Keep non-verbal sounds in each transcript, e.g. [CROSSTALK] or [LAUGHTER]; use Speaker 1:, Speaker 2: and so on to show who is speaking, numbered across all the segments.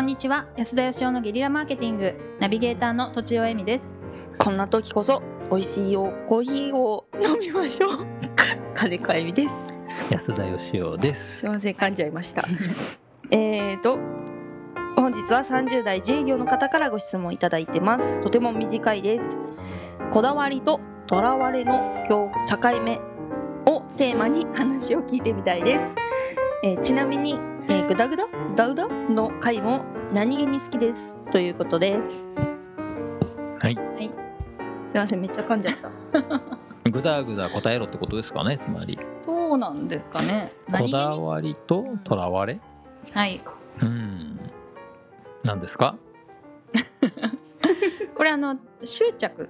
Speaker 1: んにちは安田義雄のゲリラマーケティングナビゲーターのとちおえみです
Speaker 2: こんな時こそ美味しいよコーヒーを飲みましょう [LAUGHS] 金子あゆみです
Speaker 3: 安田義雄ですす。
Speaker 2: いません噛んじゃいま [LAUGHS] したえーと本日は30代自営業の方からご質問いただいてますとても短いですこだわりととらわれの境境目をテーマに話を聞いてみたいです、えーちなみに、えー、グダグダグダグダの回も何気に好きですということです
Speaker 3: はい
Speaker 1: い
Speaker 2: すいませんめっちゃ噛んじゃった
Speaker 3: ぐだぐだ答えろってことですかね、つまり。
Speaker 1: そうなんですかね
Speaker 3: こだ
Speaker 1: 何
Speaker 3: わりととらわれ。
Speaker 1: 気にはい
Speaker 3: うん。なんですか。
Speaker 1: これあの執着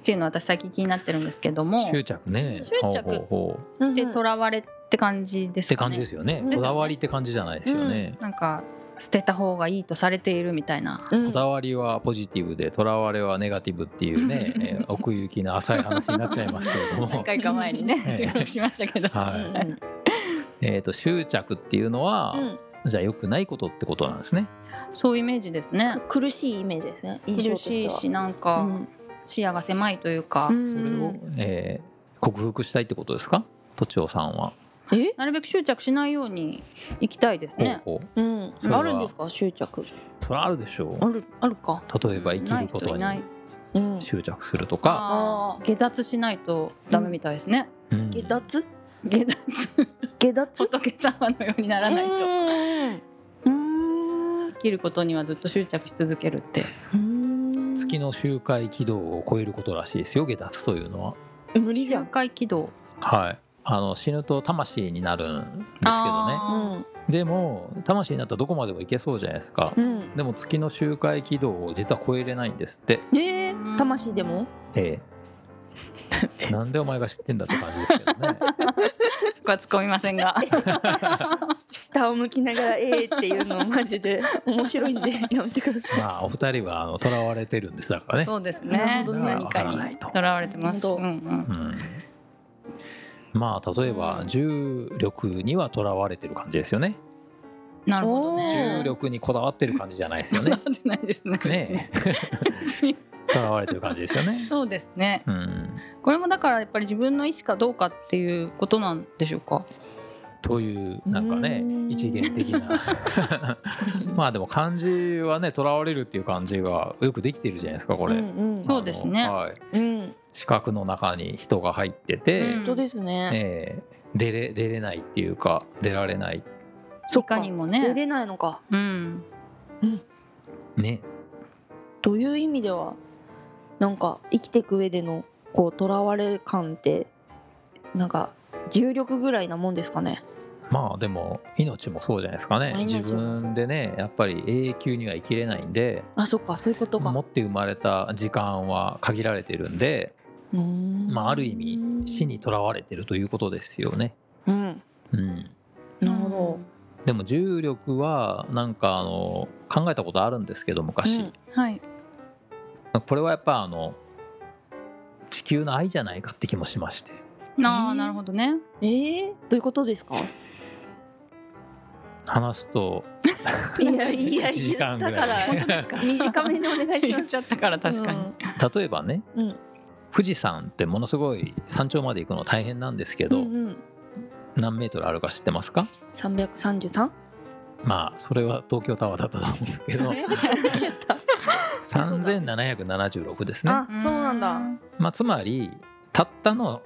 Speaker 1: っていうのは私最近気になってるんですけども
Speaker 3: 執着ね。
Speaker 1: 執着
Speaker 3: ほうほうほう。
Speaker 2: うんうん
Speaker 1: でとらわれって感じで
Speaker 3: っ
Speaker 1: す
Speaker 3: て
Speaker 1: か
Speaker 3: 感じ
Speaker 1: ね
Speaker 3: ですよね
Speaker 2: ですよ。ね
Speaker 3: こだわりって感じじゃないですよね。
Speaker 1: なんか捨てた方がいいとされているみたいな
Speaker 2: う
Speaker 3: こ
Speaker 2: ん
Speaker 3: だわりはポジティブで、とらわれはネガティブっていうね、えー奥行きの浅い話になっちゃいますけれ
Speaker 1: [LAUGHS]
Speaker 3: ど
Speaker 1: 何
Speaker 3: も。
Speaker 1: 回か前に
Speaker 3: [LAUGHS]
Speaker 1: ね収録しましたけど
Speaker 3: は
Speaker 2: う
Speaker 3: い
Speaker 2: ん。うん
Speaker 3: えっと、執着っていうのは、じゃあ、良くないことってことなんですね。
Speaker 1: そういうイメージですね
Speaker 2: 苦しいイメージですね印象
Speaker 1: 苦
Speaker 2: と
Speaker 1: し
Speaker 2: して
Speaker 1: い
Speaker 2: は
Speaker 1: しなん
Speaker 2: う
Speaker 1: か
Speaker 2: ん
Speaker 1: 視野が狭いというか
Speaker 2: うん
Speaker 3: それを、えー克服したいってことですか。都庁さんは。
Speaker 2: え、
Speaker 1: なるべく執着しないようにいきたいですね
Speaker 3: ほうほう
Speaker 2: うん
Speaker 3: それ、は
Speaker 2: あるんですか執着
Speaker 3: それはあるでしょ
Speaker 2: あるあるか
Speaker 3: う例えば生きること
Speaker 1: ない
Speaker 3: に
Speaker 1: 人い
Speaker 2: うん
Speaker 3: 執着すると
Speaker 1: あ
Speaker 3: か、
Speaker 2: あ
Speaker 1: ない下脱しないとダメみたいですね、
Speaker 3: うん
Speaker 2: 下脱
Speaker 1: 下脱
Speaker 2: 下脱
Speaker 1: 仏様のようにならないと
Speaker 2: うーんう
Speaker 1: 生きることにはずっと執着し続けるって
Speaker 2: ーん
Speaker 3: 月の周回軌道を超えることらしいですよ下脱というのは
Speaker 2: 無理じゃ
Speaker 1: 周
Speaker 2: ん
Speaker 1: 回軌道
Speaker 3: はいあの死ぬと魂になるんですけどね
Speaker 1: あ
Speaker 3: でも魂になったらどこまでも行けそうじゃないですか
Speaker 2: う、ん
Speaker 3: でも月の周回軌道を実は超えれないんですって
Speaker 2: えー、魂でも
Speaker 3: え
Speaker 1: [LAUGHS]
Speaker 3: えなんでお前が知ってんだって感じですけどね
Speaker 1: ーそこは突っ込みま
Speaker 2: [LAUGHS]
Speaker 1: せんが
Speaker 2: 下を向きながらえーっていうのマジ [LAUGHS] で面白いんでやめてください、
Speaker 3: まあお二人はあの囚われてるんですだからね
Speaker 1: そうです
Speaker 2: な
Speaker 1: ね
Speaker 2: るほどね
Speaker 1: 何か
Speaker 3: わからな
Speaker 1: に
Speaker 3: いと
Speaker 1: とらわれてます、うん
Speaker 2: 本
Speaker 1: う、
Speaker 2: 当
Speaker 3: うんんまあ例えば重力にはとらわれてる感じですよね
Speaker 1: なるほど
Speaker 2: うん
Speaker 3: 重
Speaker 1: ね
Speaker 3: 力にこだわってる感じじゃないですよ
Speaker 1: とらわ
Speaker 3: ね。
Speaker 1: れて [LAUGHS] ないですね
Speaker 3: ね
Speaker 1: [LAUGHS]
Speaker 3: えとらわれてる感じですよね。
Speaker 1: そうですね
Speaker 3: うん、
Speaker 1: これもだからやっぱり自分の意思かどうかっていうことなんでしょうか
Speaker 3: というなんかね
Speaker 2: うん
Speaker 3: 一元的
Speaker 1: [LAUGHS]
Speaker 3: なまあでも漢字はねとらわれるっていう漢字がよくできてるじゃないですかこれ。
Speaker 2: うんうん
Speaker 1: そうですね
Speaker 3: あのはい、
Speaker 2: うん
Speaker 3: 四角の中に人が入って
Speaker 1: う
Speaker 3: て、
Speaker 1: ん
Speaker 2: 本当ですね、
Speaker 3: えー出れ出れないっていうか出られない
Speaker 2: そ
Speaker 1: い
Speaker 2: っか
Speaker 1: かにも
Speaker 2: 出
Speaker 1: ね
Speaker 2: れないのか
Speaker 1: うん
Speaker 3: ね
Speaker 2: という意味ではなんか生きていく上でのこうとらわれ感ってなんか重力ぐらいなもんですかね。
Speaker 3: まあでも命もそうじゃないですかね
Speaker 2: まあ
Speaker 3: 自
Speaker 2: 命もそう
Speaker 3: 分でねやっぱり永久には生きれないんで
Speaker 2: あそっかそういうことか。
Speaker 3: 持って生まれた時間は限られてるんで、
Speaker 2: うーん
Speaker 3: まあ、ある意味死にとらわれてるということですよね。
Speaker 2: うん
Speaker 3: うん、
Speaker 2: なるほ
Speaker 3: でも重力はなんかあの考えたことあるんですけど昔、
Speaker 2: うん
Speaker 1: どはい
Speaker 3: これはやっぱあの地球の愛じゃないかって気もしまして
Speaker 1: あ
Speaker 2: う
Speaker 1: あ
Speaker 2: ん
Speaker 1: なるほどね
Speaker 2: ど。えー、どういうことですか。
Speaker 3: 話すと
Speaker 2: [LAUGHS] いやいや
Speaker 3: 1時
Speaker 2: いや
Speaker 3: 間ぐ
Speaker 2: だ
Speaker 3: らい
Speaker 2: から
Speaker 3: 本当で
Speaker 2: [LAUGHS] 短めにお願いし
Speaker 1: 言 [LAUGHS]
Speaker 2: ま
Speaker 1: っ
Speaker 3: [LAUGHS]
Speaker 2: す。
Speaker 1: ちゃったから確かに、
Speaker 3: 例えばね
Speaker 2: うん。うん
Speaker 3: 富士山ってものすごい山頂まで行くの大変なんですけ
Speaker 2: うん
Speaker 3: ど、
Speaker 2: うん。
Speaker 3: 何メートルあるか知ってますか
Speaker 2: 三百三十
Speaker 3: [LAUGHS]
Speaker 2: 三。
Speaker 3: まあそれは東京タワーだったと思うんで
Speaker 1: [LAUGHS]
Speaker 3: すけど3776ですね。
Speaker 2: あそうなんだ。
Speaker 3: まあ、つまりたったの、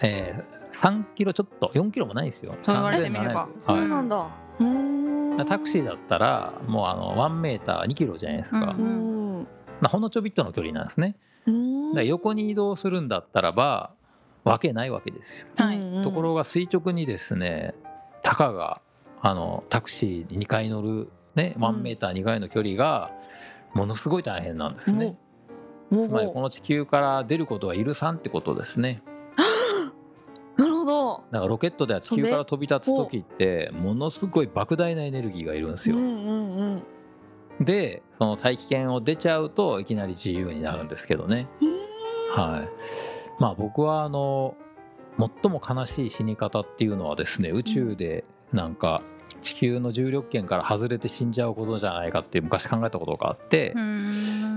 Speaker 3: えー3キロちょっと4キロもないですよ
Speaker 1: そう言われてみれば
Speaker 3: 3700
Speaker 2: そう
Speaker 3: はい
Speaker 2: なんだ。うーん。
Speaker 3: タクシーだったらもうあの1メーター2キロじゃないですか、
Speaker 1: うん
Speaker 2: うん。う
Speaker 3: まあ、ほんのちょびっとの距離なんですね
Speaker 2: ー
Speaker 3: だ
Speaker 2: ん
Speaker 3: から横に移動するんだったらばわけないわけですよ、
Speaker 1: はい、
Speaker 2: うんうん
Speaker 3: ところが垂直にですねたかがあのタクシー2回乗る、ね、1メーター2回の距離がものすごい大変なんですね、
Speaker 2: もう
Speaker 3: つまりこの地球から出ることは許さんってことですね
Speaker 2: なるほど。
Speaker 3: だからロケットでは地球から飛び立つ時ってものすごい莫大なエネルギーがいるんです
Speaker 2: う
Speaker 3: よ
Speaker 2: ん。うんうん。
Speaker 3: でその大気圏を出ちゃうといきなり自由になるんですけどね。はい、まあ僕はあの最も悲しい死に方っていうのはですね宇宙でなんか地球の重力圏から外れて死んじゃうことじゃないかって昔考えたことがあって、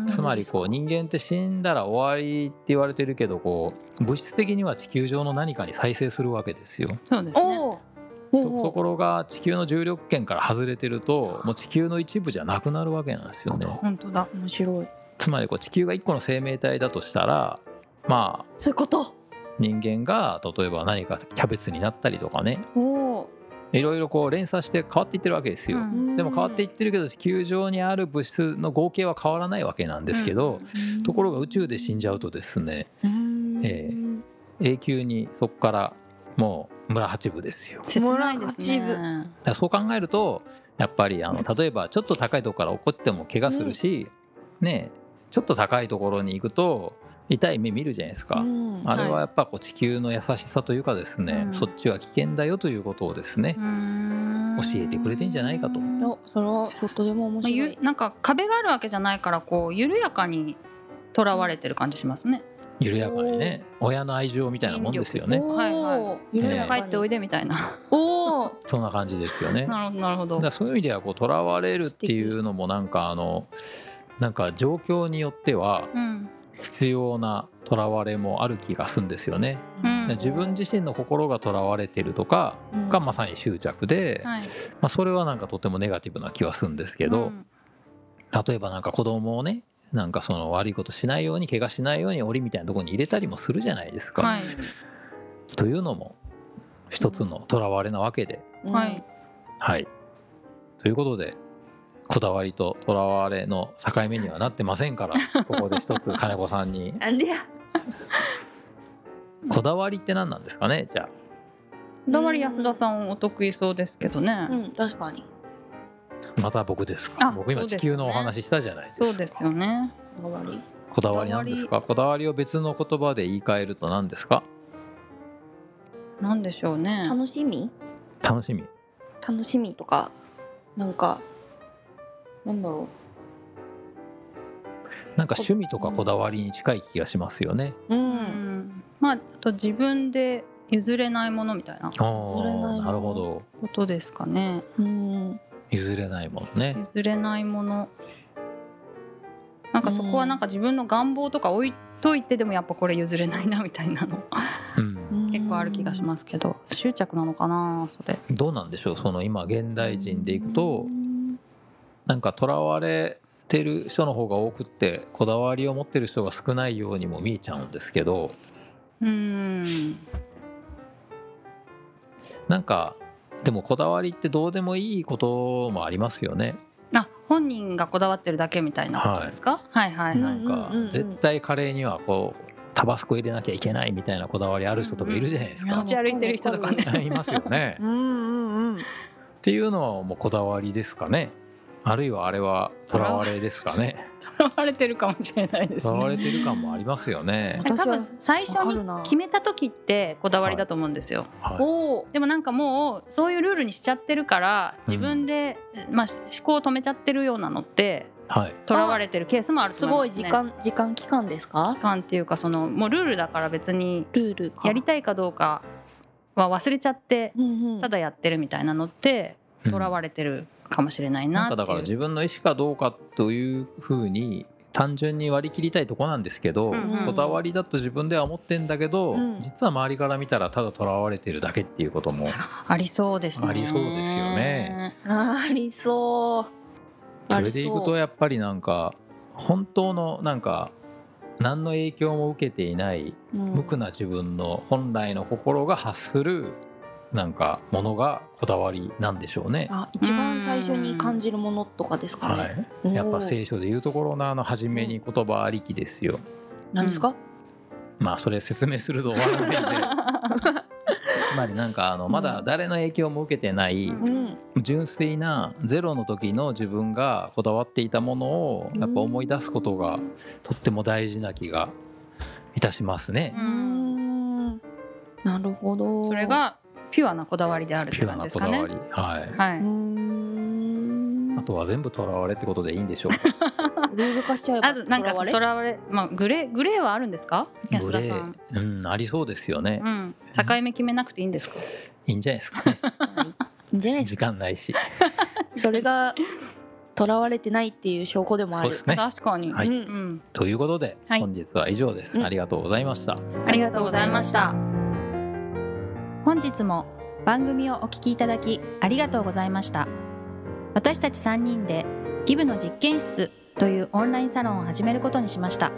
Speaker 3: つまりこう人間って死んだら終わりって言われてるけどこう物質的には地球上の何かに再生するわけですよ。
Speaker 1: そうですね。
Speaker 2: おーお
Speaker 3: とところが地球の重力圏から外れてるともう地球の一部じゃなくなるわけなんですよね。
Speaker 1: 本当だ。
Speaker 2: 面白い
Speaker 3: つまりこう地球が一個の生命体だとしたらまあ
Speaker 2: そういうこと
Speaker 3: 人間が例えば何かキャベツになったりとかね
Speaker 2: お
Speaker 3: いろいろこう連鎖して変わっていってるわけですよ。
Speaker 1: うん
Speaker 3: でも変わっていってるけど地球上にある物質の合計は変わらないわけなんですけど、ところが宇宙で死んじゃうとですねええ永久にそこからもう村八分ですよ。だか
Speaker 1: 切ないです
Speaker 2: モ
Speaker 1: ね。
Speaker 3: らそう考えるとやっぱりあの例えばちょっと高いところから落っこっても怪我するし、ねえちょっと高いところに行くと痛い目見るじゃないですか。
Speaker 2: うん
Speaker 3: あれはやっぱこう地球の優しさというかですね、
Speaker 1: うん
Speaker 3: そっちは危険だよということをですね、教えてくれてんじゃないかと
Speaker 2: おそれはちょっとでも面
Speaker 1: まあ、
Speaker 2: 白
Speaker 1: ゆ
Speaker 2: い、
Speaker 1: なんか壁があるわけじゃないからこう緩やかにとらわれてる感じしますね。
Speaker 3: 緩やかにね親の愛情みたいなもんですよね
Speaker 1: 引力
Speaker 2: おー
Speaker 1: はいは
Speaker 3: え
Speaker 2: 緩
Speaker 3: え
Speaker 2: やかに
Speaker 1: 帰っておいでみたい
Speaker 3: [LAUGHS]
Speaker 1: な。
Speaker 2: おー
Speaker 3: そんな感じですよね。
Speaker 1: なるほどなるほ
Speaker 3: だ
Speaker 1: ど
Speaker 3: か。らそういう意味ではこう囚われるっていうのもなんかあのなんか状況によっては
Speaker 1: うん。
Speaker 3: 必要な囚われもある気がするんですよね。
Speaker 1: うん
Speaker 3: 自分自身の心が囚われてるとかがまさに執着で、ま
Speaker 1: はい。
Speaker 3: あ、それはなんかとてもネガティブな気はするんですけ
Speaker 1: け
Speaker 3: ど、例えばなんか子供をねなんかその悪いことしないように怪我しないように檻みたいなところに入れたりもするじゃないですか。
Speaker 1: はい。
Speaker 3: というのも一つの囚われなわけで。
Speaker 2: うん
Speaker 1: はい。
Speaker 3: はい。ということで、こだわりととらわれの境目にはなってません
Speaker 1: [LAUGHS]
Speaker 3: から、ここで一つ金子さんに、
Speaker 2: なんでや
Speaker 3: こだわりって何なんですかね、じゃあ。
Speaker 1: こだわり安田さんお得意そうですけどね。
Speaker 2: うん確かに
Speaker 3: また僕ですか。
Speaker 1: あ
Speaker 3: 僕今
Speaker 1: そうです
Speaker 3: 地
Speaker 1: ね
Speaker 3: 球のお話したじゃないですか。
Speaker 1: そうですよね。
Speaker 2: こだわり
Speaker 3: こだわりなんですか。こだわりを別の言葉で言い換えると何ですか。
Speaker 1: なんでしょうね。
Speaker 2: 楽しみ
Speaker 3: 楽しみ。
Speaker 2: 楽しみとかなんかなんだろ
Speaker 3: なんか趣味とかこだわりに近い気がしますよね。
Speaker 2: うう
Speaker 1: うんん。まああと自分で譲れないものみたいな
Speaker 3: あ
Speaker 2: 譲れない
Speaker 3: あ、
Speaker 2: な
Speaker 3: なるほど。
Speaker 1: ことですかね。
Speaker 2: うん
Speaker 3: 譲れないものね。
Speaker 1: 譲れないもの。なんかそこはなんか自分の願望とか置いといてでもやっぱこれ譲れないなみたいなの
Speaker 3: うん。
Speaker 1: 結構ある気がしますけど執着なのかなそれ
Speaker 3: どうなんでしょう。その今現代人でいくと
Speaker 2: う、ん
Speaker 3: なんかとらわれてる人の方が多くってこだわりを持ってる人が少ないようにも見えちゃうんですけど
Speaker 1: うーん
Speaker 3: なんかでもこだわりってどうでもいいこともありますよね。
Speaker 1: あ本人がこだわってるだけみたいなことですか、はい、はいはい
Speaker 3: なんか
Speaker 2: うんうんうんうん
Speaker 3: 絶対カレーにはこうタバスコ入れなきゃいけないみたいなこだわりある人とかいるじゃないです
Speaker 2: うん
Speaker 3: か
Speaker 2: う
Speaker 1: 持。ち歩いてる人とかね
Speaker 3: いますよね
Speaker 2: う。んうんうん
Speaker 3: っていうのはもうこだわりですかね。あるいはあれはとらわれですかね。
Speaker 1: とらわれてるかもしれないです
Speaker 3: とらわ
Speaker 1: ね
Speaker 3: れてる感もありますよね。
Speaker 1: 多分最初
Speaker 2: わか
Speaker 1: に
Speaker 2: るな
Speaker 1: 決めた時ってこだわりだと思うんですよ、
Speaker 3: はい
Speaker 2: おお
Speaker 1: でもなんかもうそういうルールにしちゃってるから自分で、まあ、思考を止めちゃってるようなのって
Speaker 3: はい。
Speaker 1: とらわれてるケースもある
Speaker 2: す
Speaker 1: と思
Speaker 2: ご
Speaker 1: い
Speaker 2: い
Speaker 1: ます、
Speaker 2: 時
Speaker 1: ね、
Speaker 2: 間時間期間ですか
Speaker 1: 時間っていうかそのもうルールだから別に
Speaker 2: ルールか
Speaker 1: やりたいかどうかは忘れちゃって
Speaker 2: うんうん
Speaker 1: ただやってるみたいなのって
Speaker 3: うん
Speaker 1: とらわれてるかもしれないなんっ
Speaker 3: な
Speaker 1: て
Speaker 3: か
Speaker 1: いう、
Speaker 3: だから自分の意思かどうかというふうに単純に割り切りたいとこなんですけ
Speaker 1: う
Speaker 3: ど、
Speaker 1: ん
Speaker 2: うん
Speaker 3: こだわりだと自分では思ってんだけど、
Speaker 2: うん
Speaker 3: 実は周りから見たらただとらわれてるだけっていうことも
Speaker 1: ありそうですね
Speaker 3: ありそうですよね
Speaker 2: あーありそう
Speaker 3: それでいくとやっぱりなんか本当のなんか何の影響も受けていない無
Speaker 2: 無
Speaker 3: 垢な自分の本来の心が発するなんかものがこだわりなんでしょうね。
Speaker 2: あ一番最初に感じるものとかですか
Speaker 3: は
Speaker 2: ね、
Speaker 3: い、
Speaker 2: おー
Speaker 3: やっぱ聖書でいうところのあの初めに言葉ありきですよ。
Speaker 2: 何ですか、
Speaker 3: まあそれ説明すると終わらないんでつまりなんかあのまだ誰の影響も受けてない
Speaker 1: うん
Speaker 2: うん
Speaker 3: 純粋なゼロの時の自分がこだわっていたものをやっぱ思い出すことがとっても大事な気がいたしますね
Speaker 1: う。
Speaker 2: うー
Speaker 1: ん
Speaker 2: んなるほど
Speaker 1: それがピュアなこだわりであるっ
Speaker 3: ピ
Speaker 1: て
Speaker 3: ュア
Speaker 1: 感じ
Speaker 3: な
Speaker 1: です
Speaker 3: こ
Speaker 1: か
Speaker 3: だ
Speaker 1: ね
Speaker 3: わり、はい。
Speaker 1: は
Speaker 2: う
Speaker 1: い
Speaker 2: ー
Speaker 3: [LAUGHS]
Speaker 2: ん
Speaker 3: あとは全部とらわれってことでいいんでしょうか。
Speaker 2: ルール化しちゃえば
Speaker 1: あとなんか
Speaker 2: 囚われ
Speaker 1: とらわれまあグレーグレーはあるんですか安田さん、
Speaker 3: うんありそうですよね
Speaker 1: う。ん、境目決めなくていいんですか
Speaker 3: いいんじゃないですかね。
Speaker 2: いいんじゃないです
Speaker 3: 時間ないし
Speaker 2: かそれがとらわれてないっていう証拠でもあ
Speaker 3: そう
Speaker 2: る
Speaker 3: ですね。
Speaker 1: 確かに、
Speaker 3: はい
Speaker 2: うん
Speaker 1: うん、
Speaker 3: ということで、
Speaker 1: はい
Speaker 3: 本日は以上で
Speaker 2: う
Speaker 3: す、
Speaker 2: ん
Speaker 3: ありがとうございました。
Speaker 1: ありがとうございました
Speaker 4: 本日も番組をお聞きいただきありがとうございました私たち3人でギブの実験室というオンラインサロンを始めることにしました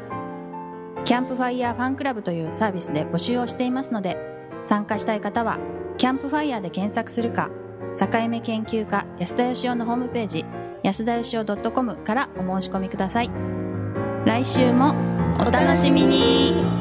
Speaker 4: キャンプファイヤーファンクラブというサービスで募集をしていますので参加したい方はキャンプファイヤーで検索するか境目研究家安田義雄のホームページ安田義雄 .com からお申し込みください来週もお楽しみに